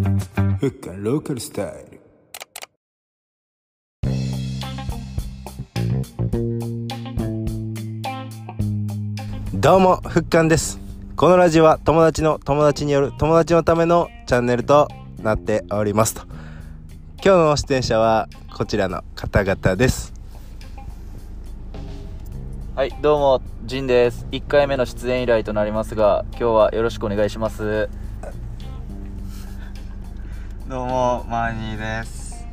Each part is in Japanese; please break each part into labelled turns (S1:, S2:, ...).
S1: 物件ローカルスタイル
S2: どうもふっかんですこのラジオは友達の友達による友達のためのチャンネルとなっておりますと今日の出演者はこちらの方々です
S3: はい、どうも、ジンです。1回目の出演以来となりますが、今日はよろしくお願いします。
S4: どうも、マーニーです。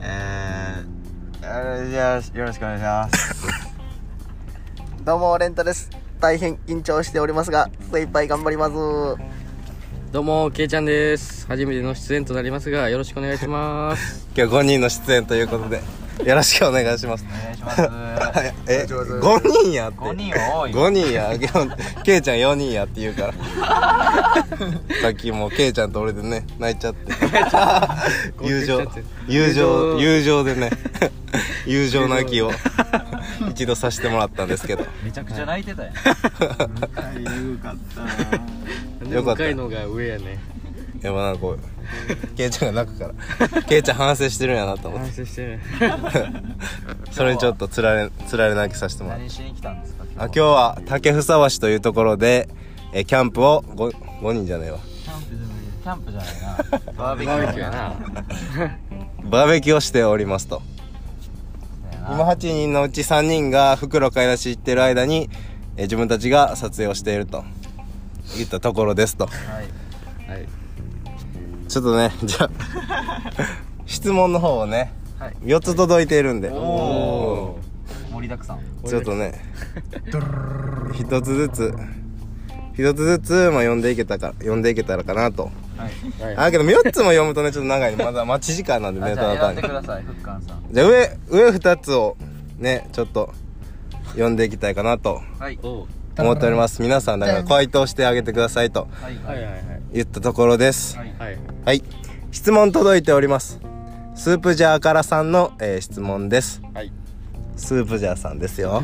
S4: えー、あれじゃあよろしくお願いします。
S5: どうもレンタです大変緊張しておりますが精一杯頑張ります
S6: どうも、けいちゃんです。初めての出演となりますが、よろしくお願いし ます。
S2: 今日5人の出演ということでよろしくお願いします
S3: お願いします。
S2: え5人やって
S3: 5人は多い。
S2: 5人やけいちゃん4人やって言うから さっきもうけいちゃんと俺でね泣いちゃって友情友情友情で ね友情泣きを一度させてもらったんです けど
S3: めちゃくちゃ泣いてたやん。
S2: よかった
S6: 深いのが上やね。
S2: やばなこうケイちゃんが泣くからケイちゃん反省してるんやなと思っ
S6: 反
S2: て
S6: 省してる。
S2: それにちょっとつられつられ泣きさせてもらって
S3: 何しに来たんですか
S2: あ今日は竹房橋というところでえーキャンプを 5, 人じゃねえわ
S3: キャンプじゃない。キャンプじゃないな。バーベキュ
S6: バ
S3: ー
S6: ーベキューやな。
S2: バーベキューをしておりますと今8人のうち3人が袋買い出し行ってる間にえー自分たちが撮影をしているといったところですと
S3: はい。
S6: はい。
S2: ちょっとね じゃあ質問の方をね、
S3: はい
S2: 4つ届いているんで
S3: お盛りだくさん。
S2: ちょっとね一つずつ一つずつ、まあ、読んでいけたか読んでいけたらかなと
S6: はい。
S2: あけど4つも読むとねちょっと長いねまだ待ち時間なんで
S3: あ
S2: ね
S3: じゃあ
S2: ただ
S3: 選んでくだ
S2: 単
S3: さい、ふっかんさん。
S2: にじゃあ上上2つをねちょっと読んでいきたいかなと
S3: はい。
S6: おう
S2: 思っております皆さんだから回答してあげてくださいと
S3: はい。
S6: は
S3: はいい。
S6: はいはい。
S2: 言ったところです
S3: はい。
S6: はい。
S2: はい質問届いておりますスープジャーからさんの、えー質問です
S6: はい。
S2: スープジャーさんですよ
S3: お願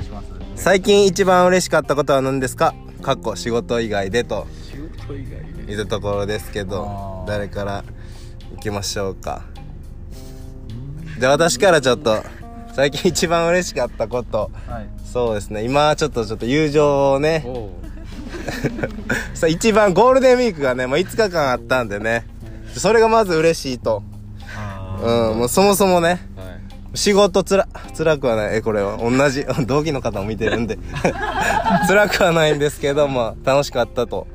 S3: いします。
S2: 最近一番嬉しかったことは何ですかかっこ仕事以外でと
S6: 仕事以外で。
S2: いるところですけど
S3: あー
S2: 誰から行きましょうかじゃあ私からちょっと最近一番嬉しかったこと
S3: はい。
S2: そうですね今はちょっとちょっと友情をね
S6: おう。
S2: さあ一番ゴールデンウィークがね、まあ、5日間あったんでねそれがまず嬉しいとうんもうそもそもね
S6: はい。
S2: 仕事つら辛くはないえこれは同じ 同期の方も見てるんで 辛くはないんですけどまあ楽しかったと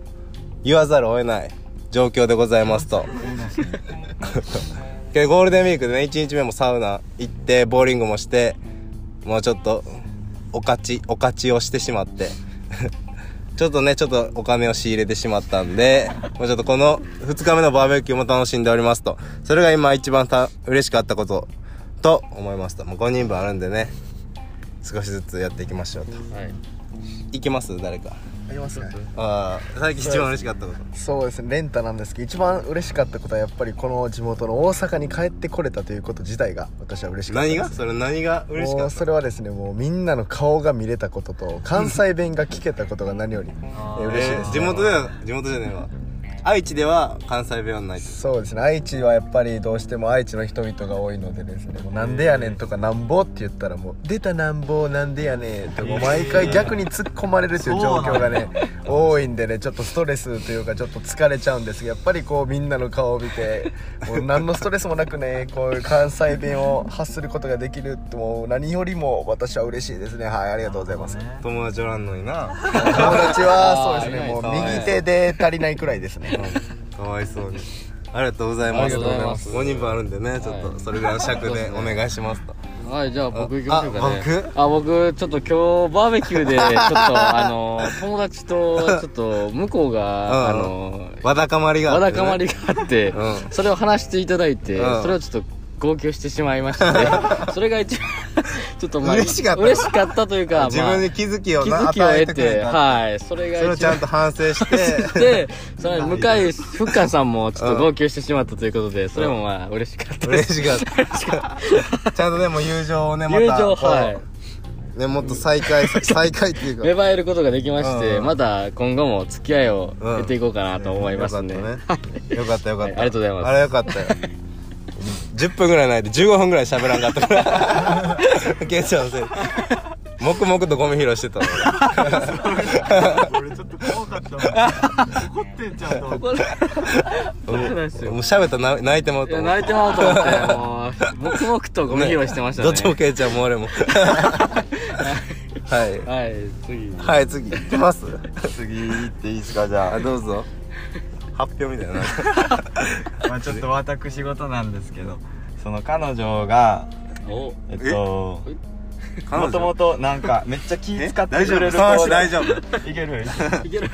S2: 言わざるを得ない状況でございますと でゴールデンウィークでね1日目もサウナ行ってボーリングもしてもうちょっとお勝ちお勝ちをしてしまってちょっとねちょっとお金を仕入れてしまったんでもうちょっとこの2日目のバーベキューも楽しんでおりますとそれが今一番た嬉しかったことと思いますともう5人分あるんでね少しずつやっていきましょうと
S6: はい。
S2: いきます誰か
S5: ありますね
S2: ああ最近一番嬉しかったこと
S5: そうですねレンタなんですけど一番嬉しかったことはやっぱりこの地元の大阪に帰ってこれたということ自体が私は嬉しかった
S2: 何
S5: です
S2: がそれ何が嬉し
S5: も
S2: か
S5: う
S2: った
S5: それはですねもうみんなの顔が見れたことと関西弁が聞け たことが何より
S3: あ
S5: え
S3: ー
S5: 嬉しいです
S2: 地元では地元じゃねえわ愛知では関西弁はない
S5: そうですね愛知はやっぱりどうしても愛知の人々が多いのでですね「もうなんでやねん」とか「なんぼ」って言ったらもう「出たなんぼなんでやねん」ってもう毎回逆に突っ込まれるという状況がね多いんでねちょっとストレスというかちょっと疲れちゃうんですがやっぱりこうみんなの顔を見てもう何のストレスもなくねこういう関西弁を発することができるってもう何よりも私は嬉しいですねはいありがとうございます友
S2: 友達おらんのにな
S5: 達はそうですね
S2: あー
S5: も
S2: 偉いです
S5: う
S2: ね
S5: 右手で足りないくらいですね
S2: かわいそうにありがとうございます
S6: ありがとうございます
S2: 5人分あるんでねちょっ
S6: は
S2: と
S6: い
S2: それぐらいの尺でお願いしますと
S6: はい、じゃあ僕行きましょうかね。
S2: あ
S6: あ、僕、ちょっと今日バーベキューで、ちょっとあの、友達と、ちょっと向こうが、あ
S2: うん
S6: の、
S2: わだかまりがあ
S6: わ
S2: っ
S6: だ
S2: てね
S6: かまりがあって、
S2: うん
S6: それを話していただいて、
S2: うん
S6: それをちょっと号泣してしまい まして、それが一番 ちょっとまあ
S2: 嬉しかった
S6: 嬉しかったというか、
S2: 自分に気づき
S6: まあ
S2: を
S6: 気
S2: な
S6: づきを
S2: 与え
S6: 得
S2: くれ
S6: て
S2: た
S6: はいそれが
S2: それを
S6: 一
S2: ちゃん
S6: 番
S2: と反省して
S6: でそれ向井ふっかんさんもちょっと号泣してしまったということで、それもまあ嬉しかったです
S2: 嬉しかったちゃんとでも友情をねま
S6: 友
S2: た
S6: 情
S2: こう
S6: はい
S2: ねもっと再開 さ再開っていうか
S6: 芽生えることができまして、
S2: うん
S6: また今後も付き合いを得ていこうかなと思いますね。
S2: うんよ
S6: はい
S2: よかったよかった
S6: はいありがとうございます
S2: あれよかったよ10分ぐらいないで15分ぐらい喋らんかったから ケンちゃんのせいで黙々とゴミ拾いしてたの
S4: 俺ちょっと怖かったもん怒ってんちゃうと思って
S6: そうなんです
S2: 俺
S6: よ
S2: もう喋ったら泣いてもう
S6: い
S2: と
S6: や
S2: 思う
S6: 泣いてまうと思って、もう、黙々とゴミ拾いしてましたね。
S2: どっちもケンちゃんも俺もはい
S6: はい、次。
S2: はい次行ってます
S4: 次行っていいですかじゃ
S2: あどうぞ発表みたいな
S4: あまあちょっと私事なんですけどその彼女が
S6: お
S4: えっと
S2: 彼
S4: もとも
S2: 女
S4: とな んかめっちゃ気使って
S2: 大
S4: く
S2: 丈
S4: れ
S2: 夫
S4: る子で
S2: 大丈夫
S4: い ける
S6: いける。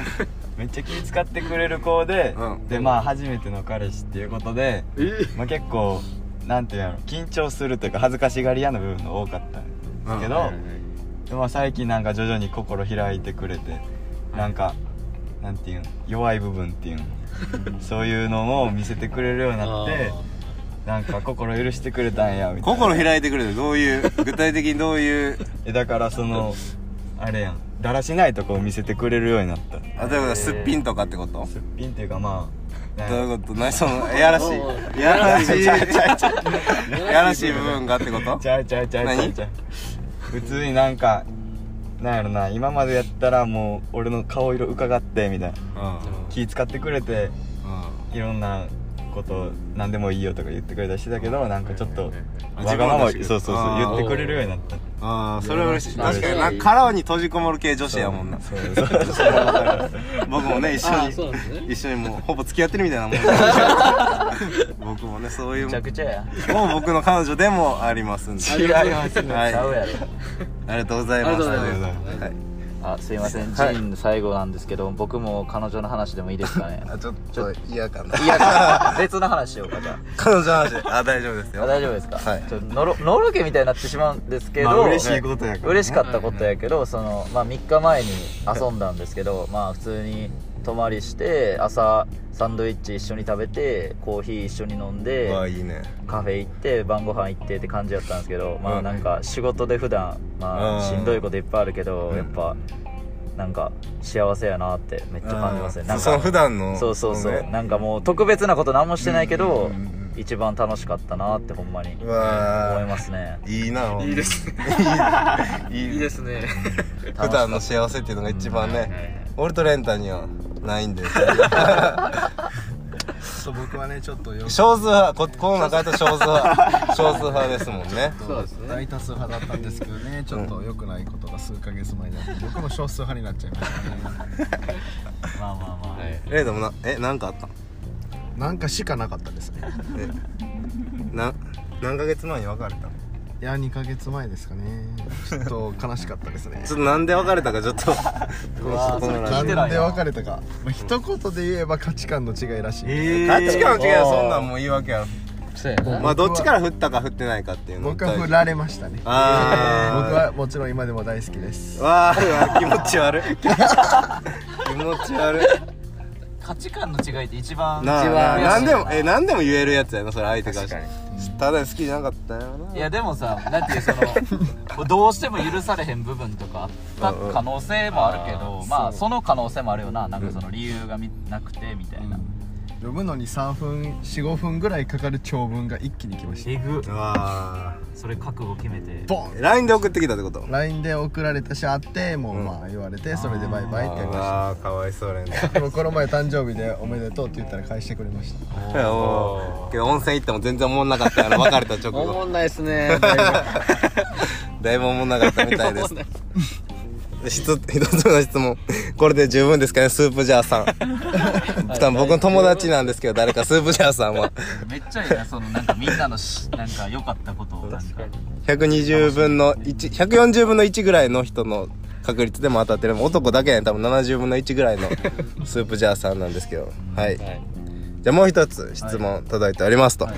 S4: めっちゃ気使ってくれる子で、
S2: うん
S4: でまあ初めての彼氏っていうことで、まあ、結構なんていうの緊張するというか恥ずかしがり屋の部分が多かったんですけど、でまあ、最近なんか徐々に心開いてくれてなんかなんていうの弱い部分っていう のそういうのを見せてくれるようになってなんか心許してくれたんやみたいな
S2: 心開いてくれるどういう具体的にどういう
S4: えだからそのあれやんだらしないとこを見せてくれるようになった
S2: あ例えばすっぴんとかってこと
S4: すっぴんっていうかまあなん
S2: ど
S4: や
S2: ういうこと何そのやらし
S6: おう
S2: いやらしいやらしい部分がってこと
S4: ちゃうちゃうちゃうちゃうちゃう普通になんかなんやろな今までやったらもう俺の顔色伺ってみたいな気使ってくれていろんなこと何でもいいよとか言ってくれたりしてたけどなんかちょっと
S2: あ
S4: わがまま
S2: 自
S4: そ
S2: 分らしく
S4: うそうそう
S2: あー
S4: 言ってくれるようになった
S2: ああそれは嬉しい
S6: なる
S2: 確
S6: ほど
S2: かになんか殻に閉じこもる系女子やもんな
S4: そうそうそう
S2: 僕もね一緒
S6: あ
S2: に
S6: そうなんですね。
S2: 一緒にもうほぼ付き合ってるみたいなもんだ僕もねそういう
S3: めちゃくちゃや
S2: もう僕の彼女でもありますんで
S6: 違う
S2: はい
S3: ちゃうやろ
S2: ありがとうございます
S6: ありがとうござい
S2: ます、はい、
S3: あすいませんジ
S2: はい
S3: ン最後なんですけど僕も彼女の話でもいいですかね
S2: あちょっと嫌かない
S3: やじゃあ別の話しようかじゃあ
S2: 彼女の話あ大丈夫です
S3: あ
S2: よ
S3: 大丈夫ですか、
S2: はい
S3: ちょっとのろのろけみたいになってしまうんですけど、
S4: まあ嬉しいことやから
S3: 嬉しかったことやけどその、まあ、3日前に遊んだんですけど、まあ、普通に泊まりして朝サンドイッチ一緒に食べてコーヒー一緒に飲んで
S2: わあいいね
S3: カフェ行って晩ご飯行ってって感じやったんですけどま
S2: う
S3: あ
S2: ん
S3: なんか仕事で普段ま
S2: うん
S3: あしんどいこといっぱいあるけど
S2: うん
S3: やっぱなんか幸せやなってめっちゃ感じますねなん
S2: あ
S3: か
S2: ーその普段の
S3: そうそうそう
S2: ね
S3: なんかもう特別なこと何もしてないけど
S2: うんうんうん
S3: 一番楽しかったなってほんまに
S2: う
S3: 思
S2: わあ
S3: いますね
S2: いいなほんま
S6: いいですね。
S2: いい
S6: いいですね。
S2: 普段の幸せっていうのが一番
S6: はいはいは
S2: ね
S6: い
S2: 俺とレンタにはないんで
S5: そう僕はねちょっとよ
S2: 少数派ここの中で少数派少数派ですもんね
S6: そうですね。
S5: 大多数派だったんですけどねちょっと良くないことが数ヶ月前にあ って僕も少数派になっちゃいましたね
S4: まあまあまあ
S6: はい。
S2: レンタもな えなんかあったん
S5: なんかしかなかったですね
S2: えな何ヶ月前に別れたの
S5: いや2ヶ月前ですかねちょっと悲しかったですね
S2: ちょっとなんで別れたかちょっと
S4: わ ー
S2: この
S5: な
S2: ラ
S5: ん
S2: ジ
S5: で
S2: オ
S5: 別れたか、まあ、一言で言えば価値観の違いらしい、
S2: 価値観は違うよそんなんもう言い訳や
S6: そうやな。
S2: ろまあどっちから振ったか振ってないかっていうの
S5: 僕は振られましたね僕
S2: あー
S5: はもちろん今でも大好きです
S2: わあ気持ち悪い気持ち悪い
S3: 価値観の違いって一番
S2: なあ
S6: 一番
S2: なあ
S6: 悔し
S2: 何
S6: い
S2: でもえ何でも言えるやつやなそれ相手からし
S4: 確かに
S2: ただ好きじゃなかったよない
S3: やでもさなんていう そのどうしても許されへん部分とかあった可能性もあるけどまあその可能性もあるよななんかその理由がみなくてみたいな
S5: 読むのに3分45分ぐらいかかる長文が一気に来ました
S3: えぐ
S2: わあ
S3: それ覚悟決めて
S5: ボン
S2: LINE で送ってきたってこと
S5: LINE で送られたし会ってもう
S2: うん
S5: まあ言われてそれでバイバイってやりま
S2: あかわいそうれね
S5: したでもこの前誕生日でおめでとうって言ったら返してくれました
S2: おーけど温泉行っても全然思んなかったから別れた直
S6: おも
S2: 後
S6: んないですね。だいぶ
S2: だいぶ思んなかったみたいです一つ一つ目の質問これで十分ですかねスープジャーさん多分僕の友達なんですけど誰かスープジャーさんは
S3: めっちゃいいなそのなんかみんなのし なんか良かったことをなんか
S2: 120分の1140分の1ぐらいの人の確率でも当たってる男だけやね多分70分の1ぐらいのスープジャーさんなんですけどはい
S6: はい。
S2: じゃあもう一つ質問届いておりますと、
S6: はい。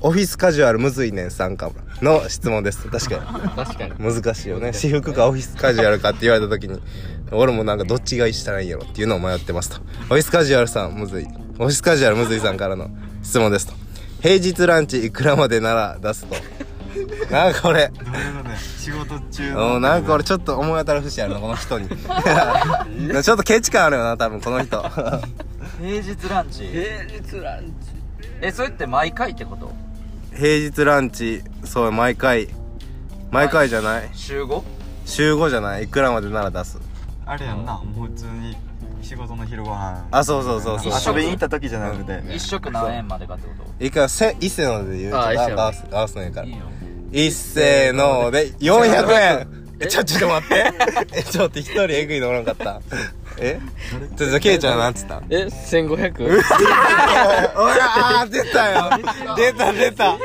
S2: オフィスカジュアルむずいねんさんかの質問です確 か
S6: 確かに。
S2: に難しいよね私服かオフィスカジュアルかって言われた時に俺もなんかどっちがいいしたらいいんやろっていうのを迷ってますとオフィスカジュアルさんむずいオフィスカジュアルむずいさんからの質問ですと平日ランチいくらまでなら出すとなんか俺
S4: どういうことや仕事中
S2: うんなんか俺ちょっと思い当たる節あるなこの人 にちょっとケチ感あるよな多分この人
S3: 平日ランチ
S6: 平日ランチ
S3: えそれって毎回ってこと
S2: 平日ランチそう毎回毎回じゃない
S3: 週 5?
S2: 週5じゃないいくらまでなら出す
S4: あれやんなもう普通に仕事の昼ご飯
S2: あそうそうそうそう
S4: 遊びに行った時じゃなくて
S3: 一食何円までかってこと
S2: いくらせ伊勢ので言うと
S6: あ伊勢の
S2: 合わせ合わせないから
S6: いいよ
S2: 一せので400円 えちょちょっと待って えちょっと一人えぐいのおらんかったえちょっとケイちゃんなんつった
S6: え1500
S2: ほらー出たよ出た出た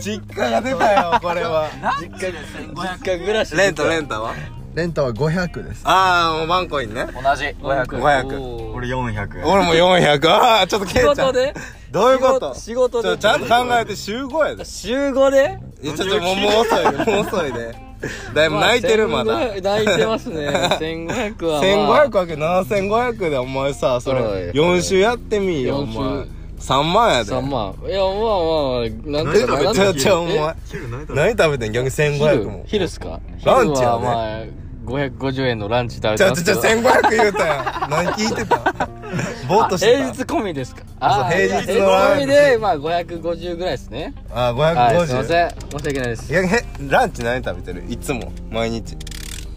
S2: 実家が出たよこれは
S3: 実家で1500
S6: 実家暮らし
S2: レンタレンタは
S5: レンタは500です
S2: ああもうワンコインね
S3: 同じ500
S2: 500
S4: 俺400円
S2: 俺も400ああちょっとケイ
S6: 仕
S2: ちゃ
S6: 事
S2: ん
S6: で
S2: どういうこと
S6: 仕事
S2: ちょ
S6: で
S2: ちゃんと考えて集合やで
S6: 週5で
S2: いやちょっともうもう遅いよ もう遅いでだいぶ泣いてるまだ
S6: 1500泣いてますね 1500はまあ
S2: 1500わけ7500でお前さそ
S6: おい
S2: れ4週やってみよお
S6: 四週
S2: 前3万やで
S6: 3万いやまあまあなんとかな
S2: ちょちょお前
S4: 昼何食べ
S2: 何食べてん逆に1500
S6: 昼
S2: も
S6: 昼っすか
S2: ランチやね
S6: 昼はまあ550円のランチ食べ
S2: ち
S6: て
S2: ょち
S6: ま
S2: ょ
S6: す
S2: ち
S6: け
S2: ょ
S6: ど
S2: 1500言うたやん何聞いてたぼーっと
S6: あ
S2: して
S6: 平日込みですか
S2: あそう
S6: ー
S2: 平日の
S6: いや
S2: ラン
S6: 平日込み
S2: チ
S6: でまあ550ぐらいですね
S2: たあ
S6: はいすいま
S2: 550
S6: せん申し訳ないです
S2: 逆にへランチ何食べてるいつも毎日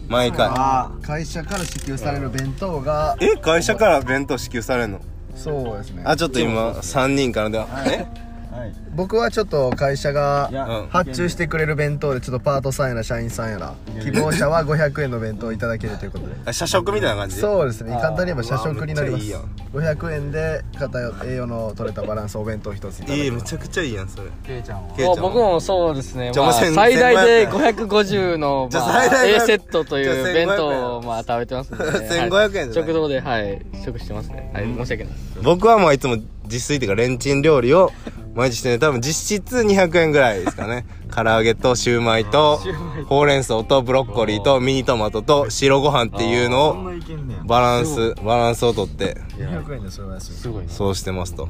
S2: 毎回
S4: あ
S5: 会社から支給される弁当が
S2: え会社から弁当支給されんの
S5: そうですね
S2: あちょっと今3人からではえ
S4: あはい
S5: 僕はちょっと会社
S4: いや
S5: が
S2: うん
S5: 発注してくれる弁当でちょっとパートさんやら社員さんやら希望者は500円の弁当をいただけるということで
S2: あ社食みたいな感じ
S5: そうですね簡単に言えば社食になりま
S2: うわめっちゃいい
S5: す
S2: やん
S5: 500円で偏栄養の取れたバランスお弁当一ついただ
S2: いい
S5: き
S2: め
S5: ます
S2: ちゃくちゃいいやんそれ
S3: ケイちゃん
S2: ケ
S3: は
S2: イちゃんは
S6: 僕もそうですね、
S2: じゃあ
S6: まあ、
S2: もう千
S6: 最大で
S2: 1500
S6: 550の、
S2: じゃあ
S6: まあ、
S2: 最大で
S6: A セットとい
S2: じゃあ
S6: う
S2: 1500
S6: 弁当を、まあ、食べてますんで、
S2: 1500円じゃない
S6: 食堂で、はい、食してますね。はい、申し訳ないです。
S2: 僕はまあいつも自炊っていうかレンチン料理を 毎日してね多分実質200円ぐらいですか ね唐揚げとシューマイとほうれん草とブロッコリーとミニトマトと白ご飯っていうの
S4: そんな
S2: を
S4: いけんねや
S2: バランスバランスをとって
S5: 200円でそれは安
S6: す
S5: い
S6: ごいな。
S2: そうしてますと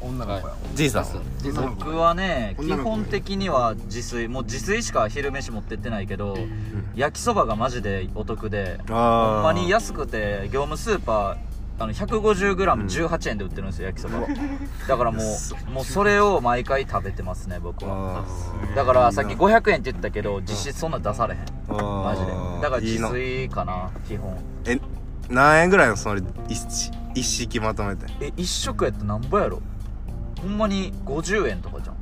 S5: 女の子や
S2: じいさんは
S3: 僕はね基本的には自炊もう自炊しか昼飯持ってってないけど、焼きそばがマジでお得でほんま
S2: あ
S3: に安くて業務スーパーあの 150g18 円で売ってるんですよ、焼きそばだからもうもうそれを毎回食べてますね僕は
S2: あ
S3: だからさっき500円って言ったけど実質そんな出されへん
S2: ー
S3: マジでだから
S2: いい
S3: 自
S2: な
S3: 炊かな基本
S2: え何円ぐらいのそれ一一式まとめて
S3: え一食やったらなんぼやろほんまに50円とかじゃん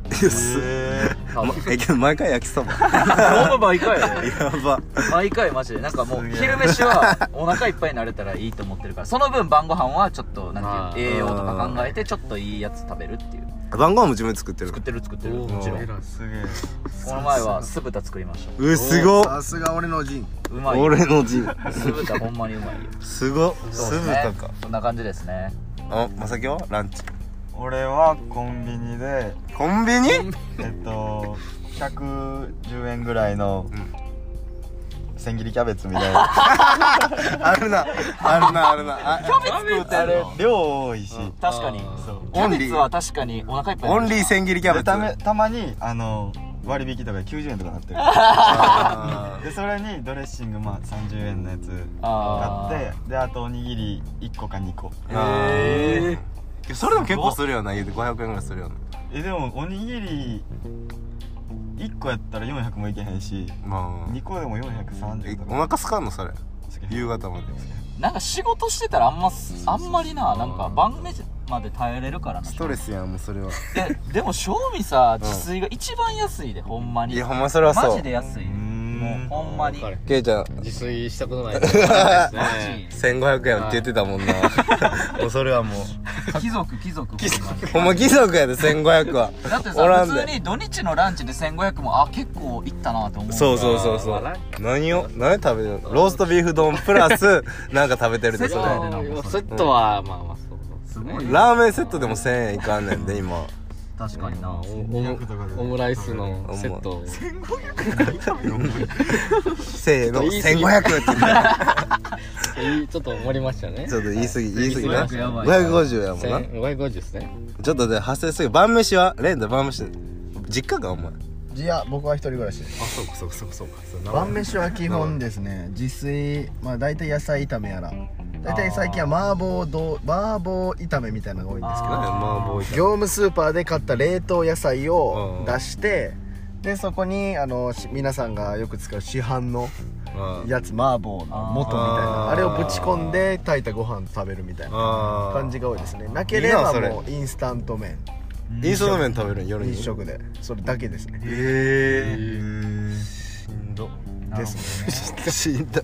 S3: 多分
S2: えけど毎回焼きそ ばや
S3: ほんま毎回や で
S2: ば
S3: 毎回マジでなんかもう昼飯はお腹いっぱいになれたらいいと思ってるからその分晩ご飯はちょっとなんていう栄養とか考えてちょっといいやつ食べるっていう
S2: 晩ご飯も自分で作ってるの
S3: 作ってる作ってるもちろんこ
S4: すげえ
S3: の前は酢豚作りました
S2: うすごっ
S5: さすが俺の陣
S3: うまいよ
S2: 俺の字
S3: 酢豚ほんまにうまいよ
S2: すごっ
S3: そ
S2: 酢
S3: うですね
S2: 豚か
S3: そんな感じですね
S2: あ、まさきはランチ
S4: 俺はコンビニで
S2: コンビニ
S4: えっと110円ぐらいの千切りキャベツみたい な
S2: あるなあるなあるなあ
S3: あれ
S4: 量多いし
S3: 確かに
S4: そう
S3: キャベツは確かにお腹いっぱいにな
S2: オ
S3: る
S2: ンリー千切りキャベツ
S4: でためたまにあの割引とかで90円とかなってるでそれにドレッシングまあ30円のやつ
S3: あー
S4: 買ってであとおにぎり1個か2個
S2: ええそれでも結構するよな言うて500円ぐらいするよな
S4: えでもおにぎり1個やったら400もいけへんし
S2: まあ
S4: 2個でも430
S2: え
S4: と
S2: お
S4: か
S2: 腹すかんのそれ夕方まで
S3: なんか仕事してたらあんまあんまりななんか番組まで耐えれるからな
S2: ストレスやんもうそれは
S3: ででも正味さ自炊が一番安いでほんまに
S2: いやほんまそれは
S3: マ
S2: そ
S3: ジ
S2: う
S3: で安いもうほんまに
S6: わかる
S2: ケイちゃん
S6: 自炊したことないですね
S2: 1500円って言ってたもんな もうそれはも
S3: 貴族貴族貴族
S2: うほんま貴族やで1500は
S3: だって
S2: おら
S3: さ
S2: んで
S3: 普通に土日のランチで1500もあ結構いったなと思う
S2: そうそうそうそ
S6: あ
S2: う
S6: ら
S2: 何を何食べてるのローストビーフ丼プラスなんか食べてるで
S3: セ
S2: そ
S3: ッ
S2: れ
S3: トやで
S6: あー
S3: なんか
S6: セットは、まあまあそうですね
S2: ラーメンセットでも1000円いかんねんで今
S3: 確かに
S6: まあ
S3: な
S6: おオムオムライスのセットを
S2: せーの
S6: 言い過ぎ
S2: 1500って言った
S6: いいちょっと盛りましたね
S2: ちょっと言い過ぎ言い過ぎな
S3: 1500やばい
S2: 550やもんな
S6: 千550ですね
S2: ちょっとで発生する晩飯はレンタ晩飯実家かお前
S6: 実
S5: いや僕は一人暮らしです
S1: あそうかそうかそうかそうかそう名前
S5: 晩飯は基本ですね 自炊まあ大体野菜炒めやら大体最近は麻婆ど麻婆炒めみたいなのが多いんですけど
S1: なんや麻婆炒め
S5: 業務スーパーで買った冷凍野菜
S1: う
S5: を
S1: ん
S5: 出してでそこにあのし皆さんがよく使う市販の
S1: あー
S5: やつ麻婆の素みたい
S1: あ
S5: な
S1: ー
S5: あれをぶち込んで炊いたご飯食べるみたいな
S1: あ
S5: 感じが多いですねなけれ
S1: いいな
S5: ば
S1: それ
S5: もうインスタント麺
S1: ーインスタント麺食べるん夜に
S5: 一食でそれだけですね
S1: ええしんど
S5: ですね
S1: しんど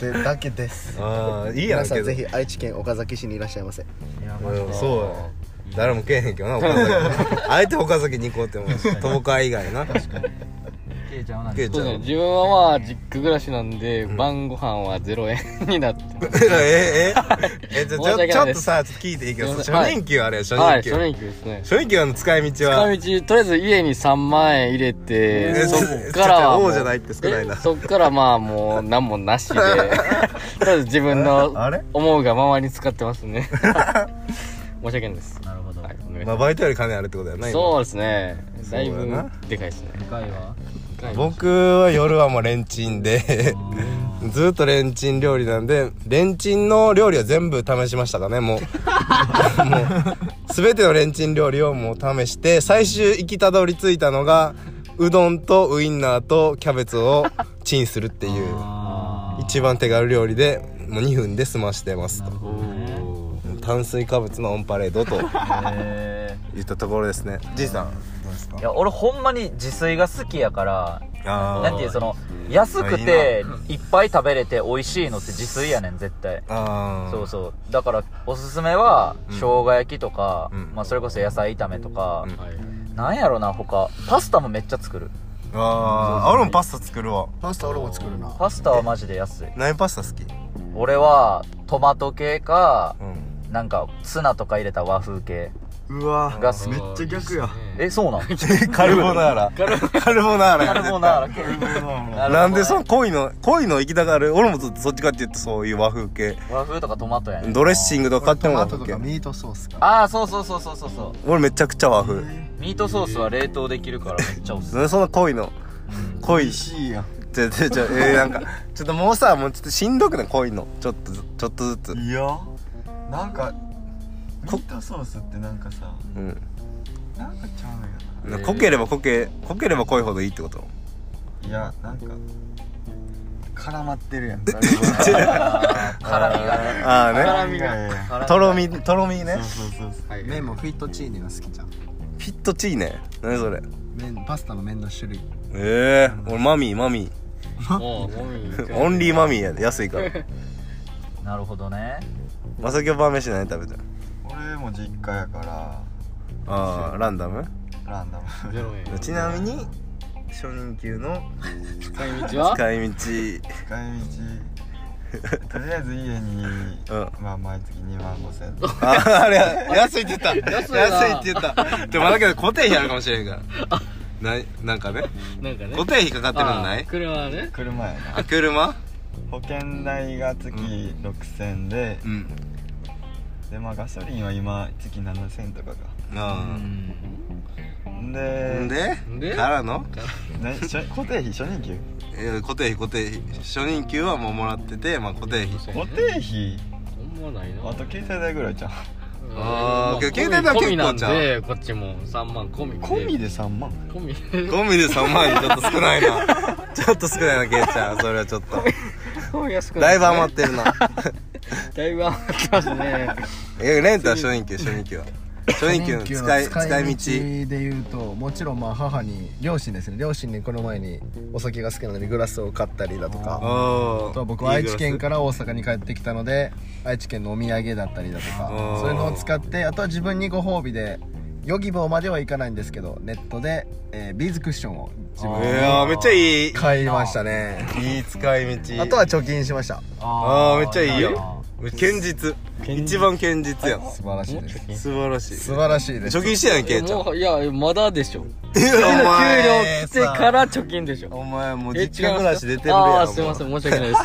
S5: でだけです
S2: ああいいや
S5: 皆
S2: ん
S5: さ
S2: け
S5: ん
S2: ど
S5: ぜひ愛知県岡崎市にいらっしゃいませ
S4: いやマジ
S2: うん
S4: で
S2: そうや誰もけえへんけどな岡 崎あえて岡崎に行こうって思う東海以外な
S4: ケイちゃんはなん
S2: けえち
S6: そう
S2: ゃ
S6: ですね
S2: ん
S6: 自分はまあ実家暮らしなんで、晩ご飯は0円になって ます
S2: えええちょち
S6: 申し
S2: ょ
S6: 訳ないです
S2: ちょっとさちょっと聞いていいけど初
S6: すいません
S2: 任給あれや初
S6: は
S2: 任
S6: い
S2: 給
S6: 初任給ですね
S2: 初任給の使い道は
S6: 使い道とりあえず家に3万円入れて
S2: え
S6: そっからは
S2: ち
S6: も
S2: ょちょ王
S6: う
S2: じゃないって少ないな
S6: えそっからまあもう何もなし でとりあえず自分の
S5: あれ
S6: 思うがままに使ってます ね申し訳ないです
S4: なるほど
S6: はいお願いし
S2: まあ
S6: ま
S2: バイトより金あるってことやな
S6: す
S2: 今
S6: そうですねだいぶ
S2: そうやな
S6: でかいですね
S4: 深いわ
S2: 僕は夜はもうレンチンでずっとレンチン料理なんでレンチンの料理は全部試しましたかねもうもう全てのレンチン料理をもう試して最終行きたどり着いたのがうどんとウインナーとキャベツをチンするっていう一番手軽料理でもう2分で済ましてますと炭水化物のオンパレードと
S4: え
S2: 言ったところですねじいさん
S3: いや俺ほんまに自炊が好きやから
S2: あ
S3: なんていうその安くていっぱい食べれて美味しいのって自炊やねん絶対
S2: あ
S3: そうそうだからおすすめは生姜焼きとか、
S2: うん
S3: まあ、それこそ野菜炒めとか、
S2: うん
S3: なんやろな他パスタもめっちゃ作る
S2: あー俺もパスタ作るわ
S5: パスタ俺も作るな
S3: パスタはマジで安い
S2: 何パスタ好き
S3: 俺はトマト系か
S2: うん
S3: なんかツナとか入れた和風系
S1: うわ
S3: が好き
S1: めっちゃ逆や
S3: えそ うなん
S2: カルボナーラカルボナーラや
S3: カルボナーラ系
S2: なんでその恋の恋の行きたがる俺もそっちかって言うとそういう和風系
S3: 和風とかトマトやね
S2: ドレッシングとか買って
S5: ト
S2: も和
S5: マトと
S2: 風系
S5: かミートソースか
S3: ああそうそうそうそうそうそ
S2: 俺めちゃくちゃ和風
S3: うミートソースは冷凍できるからめっちゃおすす
S2: なんでそんな恋の恋
S1: しいやん
S2: ちょちょちょえー、なんかちょっともうさもうちょっとしんどくない恋のちょっとずちょっとずつ
S1: いやなんかミートソースってなんかさ
S2: うん
S1: なんかちゃうんや
S2: 濃ければ濃け濃ければ濃いほどいいってこと
S1: ないやなんか絡まってるやん
S3: め辛みがね
S2: ああね
S1: みが
S2: とろみとろみね
S1: そうそうそうそう
S5: 麺もフィットチーニが好きじゃん
S2: フィットチーネ何それ
S5: 麺パスタの麺の種類
S2: ええー、俺マミーマミ ー
S6: もうもみ行く
S2: オンリーマミーやで安いから
S3: なるほどね
S2: まさきは晩飯何食べてる
S1: 俺も実家やから
S2: ああランダム
S1: ランダム
S6: 0円
S2: ちなみに初任給の
S6: 使い道は
S2: 使 い道
S1: 使い道とりあえず家に、
S2: ん
S1: まあ毎月2万5千円
S2: ああれ安いって言った安
S6: いない
S2: って言 ったでもまだけど固定費あるかもしれへん からななんかね
S6: なんかね
S2: 固定費かかってるのな
S6: あー
S2: い
S6: 車はね
S1: 車やな
S2: あ車
S1: 保険代が月6000円で、
S2: うん
S1: でまあガソリンは今月7000円とか
S2: あ
S1: が
S2: あん
S1: で
S2: で
S6: で
S2: からの
S1: な初固定費初任給
S2: いや固定費固定費初任給はもうもらっててまあ固定費
S1: 固定費
S6: ほんまないな
S1: あと携帯代ぐらいじゃん
S2: あー
S6: うん
S2: けど携帯のは結構ちゃう
S6: 込みなんでこっちも3万込みで
S1: 込みで3万
S6: 込みで
S2: ゴミで3万円ちょっと少ないなちょっと少ないなケイちゃんそれはちょっと
S6: 込み安く
S2: だいぶ
S6: ば
S2: 余ってるな
S6: だいぶ余ってますね
S2: えレンタ初任給初任給は初任給の使い使い道
S5: でいうともちろんまあ母に両親ですね両親にこの前にお酒が好きなのでグラスを買ったりだと
S2: あ
S5: かあとは僕は愛知県から大阪に帰ってきたので愛知県のお土産だったりだとか
S2: あー
S5: そういうのを使ってあとは自分にご褒美でヨギボーまではいかないんですけどネットで、えービーズクッションを自分
S2: いやーめっちゃいい
S5: 買いましたね
S2: いい使い道
S5: あとは貯金しました
S2: あーめっちゃいいよ堅実一番堅実やん
S5: 素晴らしいです
S2: 素晴らしい
S5: 素晴らしいです
S2: 貯金してない
S6: い
S2: ケ
S6: や
S2: イちゃん
S6: もういやまだでしょ
S2: 給
S6: 給料来てから貯金でしょ
S2: お前もう
S6: え
S2: 実家暮らし出てるやん
S6: ああーすいません申し訳ないです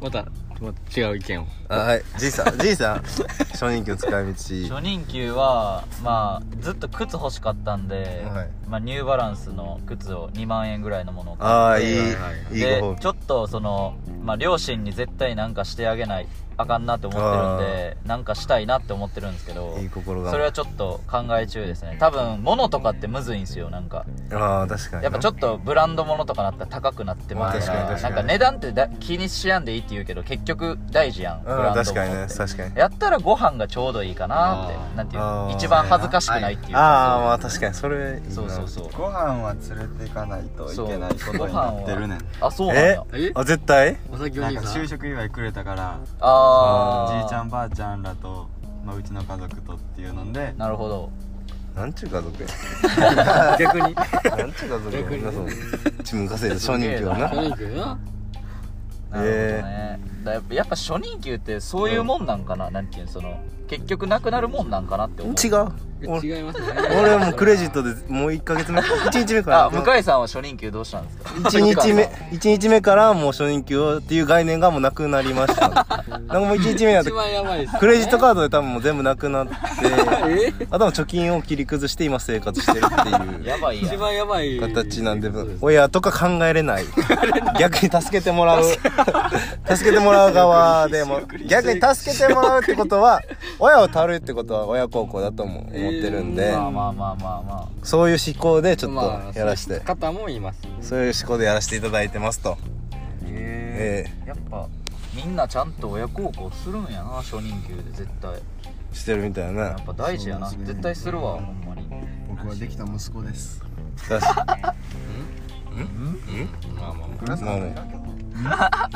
S6: またもう違う意見を
S2: あはいじいさんじいさん初任給使い道
S3: 初任給はまあずっと靴欲しかったんで、
S2: はい
S3: まあ、ニューバランスの靴を2万円ぐらいのものを買
S2: ああいい
S3: はい
S2: いい
S3: で
S2: ご褒美
S3: ちょっとその、まあ、両親に絶対なんかしてあげないあかんなって思ってるんでなんかしたいなって思ってるんですけど
S2: いい心が
S3: それはちょっと考え中ですね多分物とかってむずいんですよなんか
S2: ああ確かに
S3: やっぱちょっとブランド物とかなったら高くなってまうか
S2: まあ
S3: ら
S2: 確かに確
S3: な
S2: か
S3: ん
S2: に
S3: か値段ってだ気にしやんでいいって言うけど結局大事やんブ
S2: うん
S3: ランド物っ
S2: 確
S3: て
S2: かにね確かに
S3: やったらご飯がちょうどいいかなって
S6: あー
S3: なんていう
S2: あ
S3: の
S2: ー
S3: 一番恥ずかしくないっていう
S2: ああまあ確かにそれいいな
S3: そうそうそう
S4: ご飯は連れていかないといけないことになってるねん
S3: あそうなん
S2: え
S3: や
S6: え
S2: あ絶対
S6: お先お
S4: なん
S6: 兄
S4: か
S6: さん
S4: 就職祝いくれたから
S3: ああ
S4: じいちゃんばあちゃんらと、まあ、うちの家族とっていうので
S3: なるほど
S2: なんちゅう家族や
S6: 逆に
S2: なんちゅう家族や
S6: 逆に
S2: なそうちむかせる初任 給はな
S6: 初任給な
S3: なるほどね、だやっぱやっぱ初任給ってそういうもんなんかな、なんていうのその結局なくなるもんなんかなって思う
S2: 違う俺
S6: 違いますね
S2: 俺はもうクレジットでもう1ヶ月目1日目から
S3: あ向井さんは初任給どうしたんですか
S2: 1日目
S3: 向井さん
S2: 一日目からもう初任給をっていう概念がもうなくなりま したなんかもう1日目になっ
S6: 一
S2: て
S6: 番やばいです
S2: クレジットカードで多分もう全部なくなって
S6: え
S2: あとは貯金を切り崩して今生活してるっていう
S3: やばいや
S6: 一
S3: ん
S6: 番やばい
S2: 形なんで
S6: そうす
S2: 親とか考えれない逆に助けてもらう助けてもらう側でも逆に助けてもらうってことは親を頼るってことは親孝行だとも思ってるんで
S3: まあまあまあまあま
S2: そういう思考でちょ
S6: まあ
S2: っとやらし
S6: そうい
S2: て
S6: う方もいます
S2: そういう思考でやらせていただいてますと
S3: あ
S2: え
S3: へえやっぱみんなちゃんと親孝行するんやな初任給で絶対
S2: えしてるみたい
S3: や
S2: な
S3: っぱ大事やな、
S5: そうですね
S3: 絶対するわほんまに
S5: 僕はできた息子です
S2: 確か
S6: まあまあ
S2: に
S6: ま
S2: もう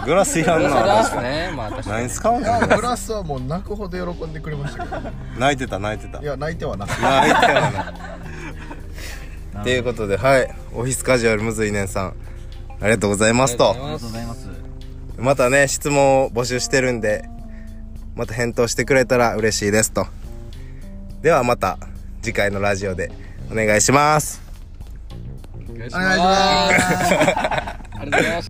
S2: グラスいらんな
S6: あ
S2: 確
S6: そう
S2: かに
S6: ですねまあ確かに
S2: 何使うん
S5: い
S2: だ
S5: や
S2: ろう
S5: グラスはもう泣くほど喜んでくれましたけど
S2: 泣いてた泣いてた
S5: いや泣いては なく
S2: 泣いてたなっていうことではいオフィスカジュアルむずいねんさんありがとうございますと
S3: ありがとうございます
S2: またね質問を募集してるんでまた返答してくれたら嬉しいですとではまた次回のラジオでお願いします
S6: お願いしますありがとうございます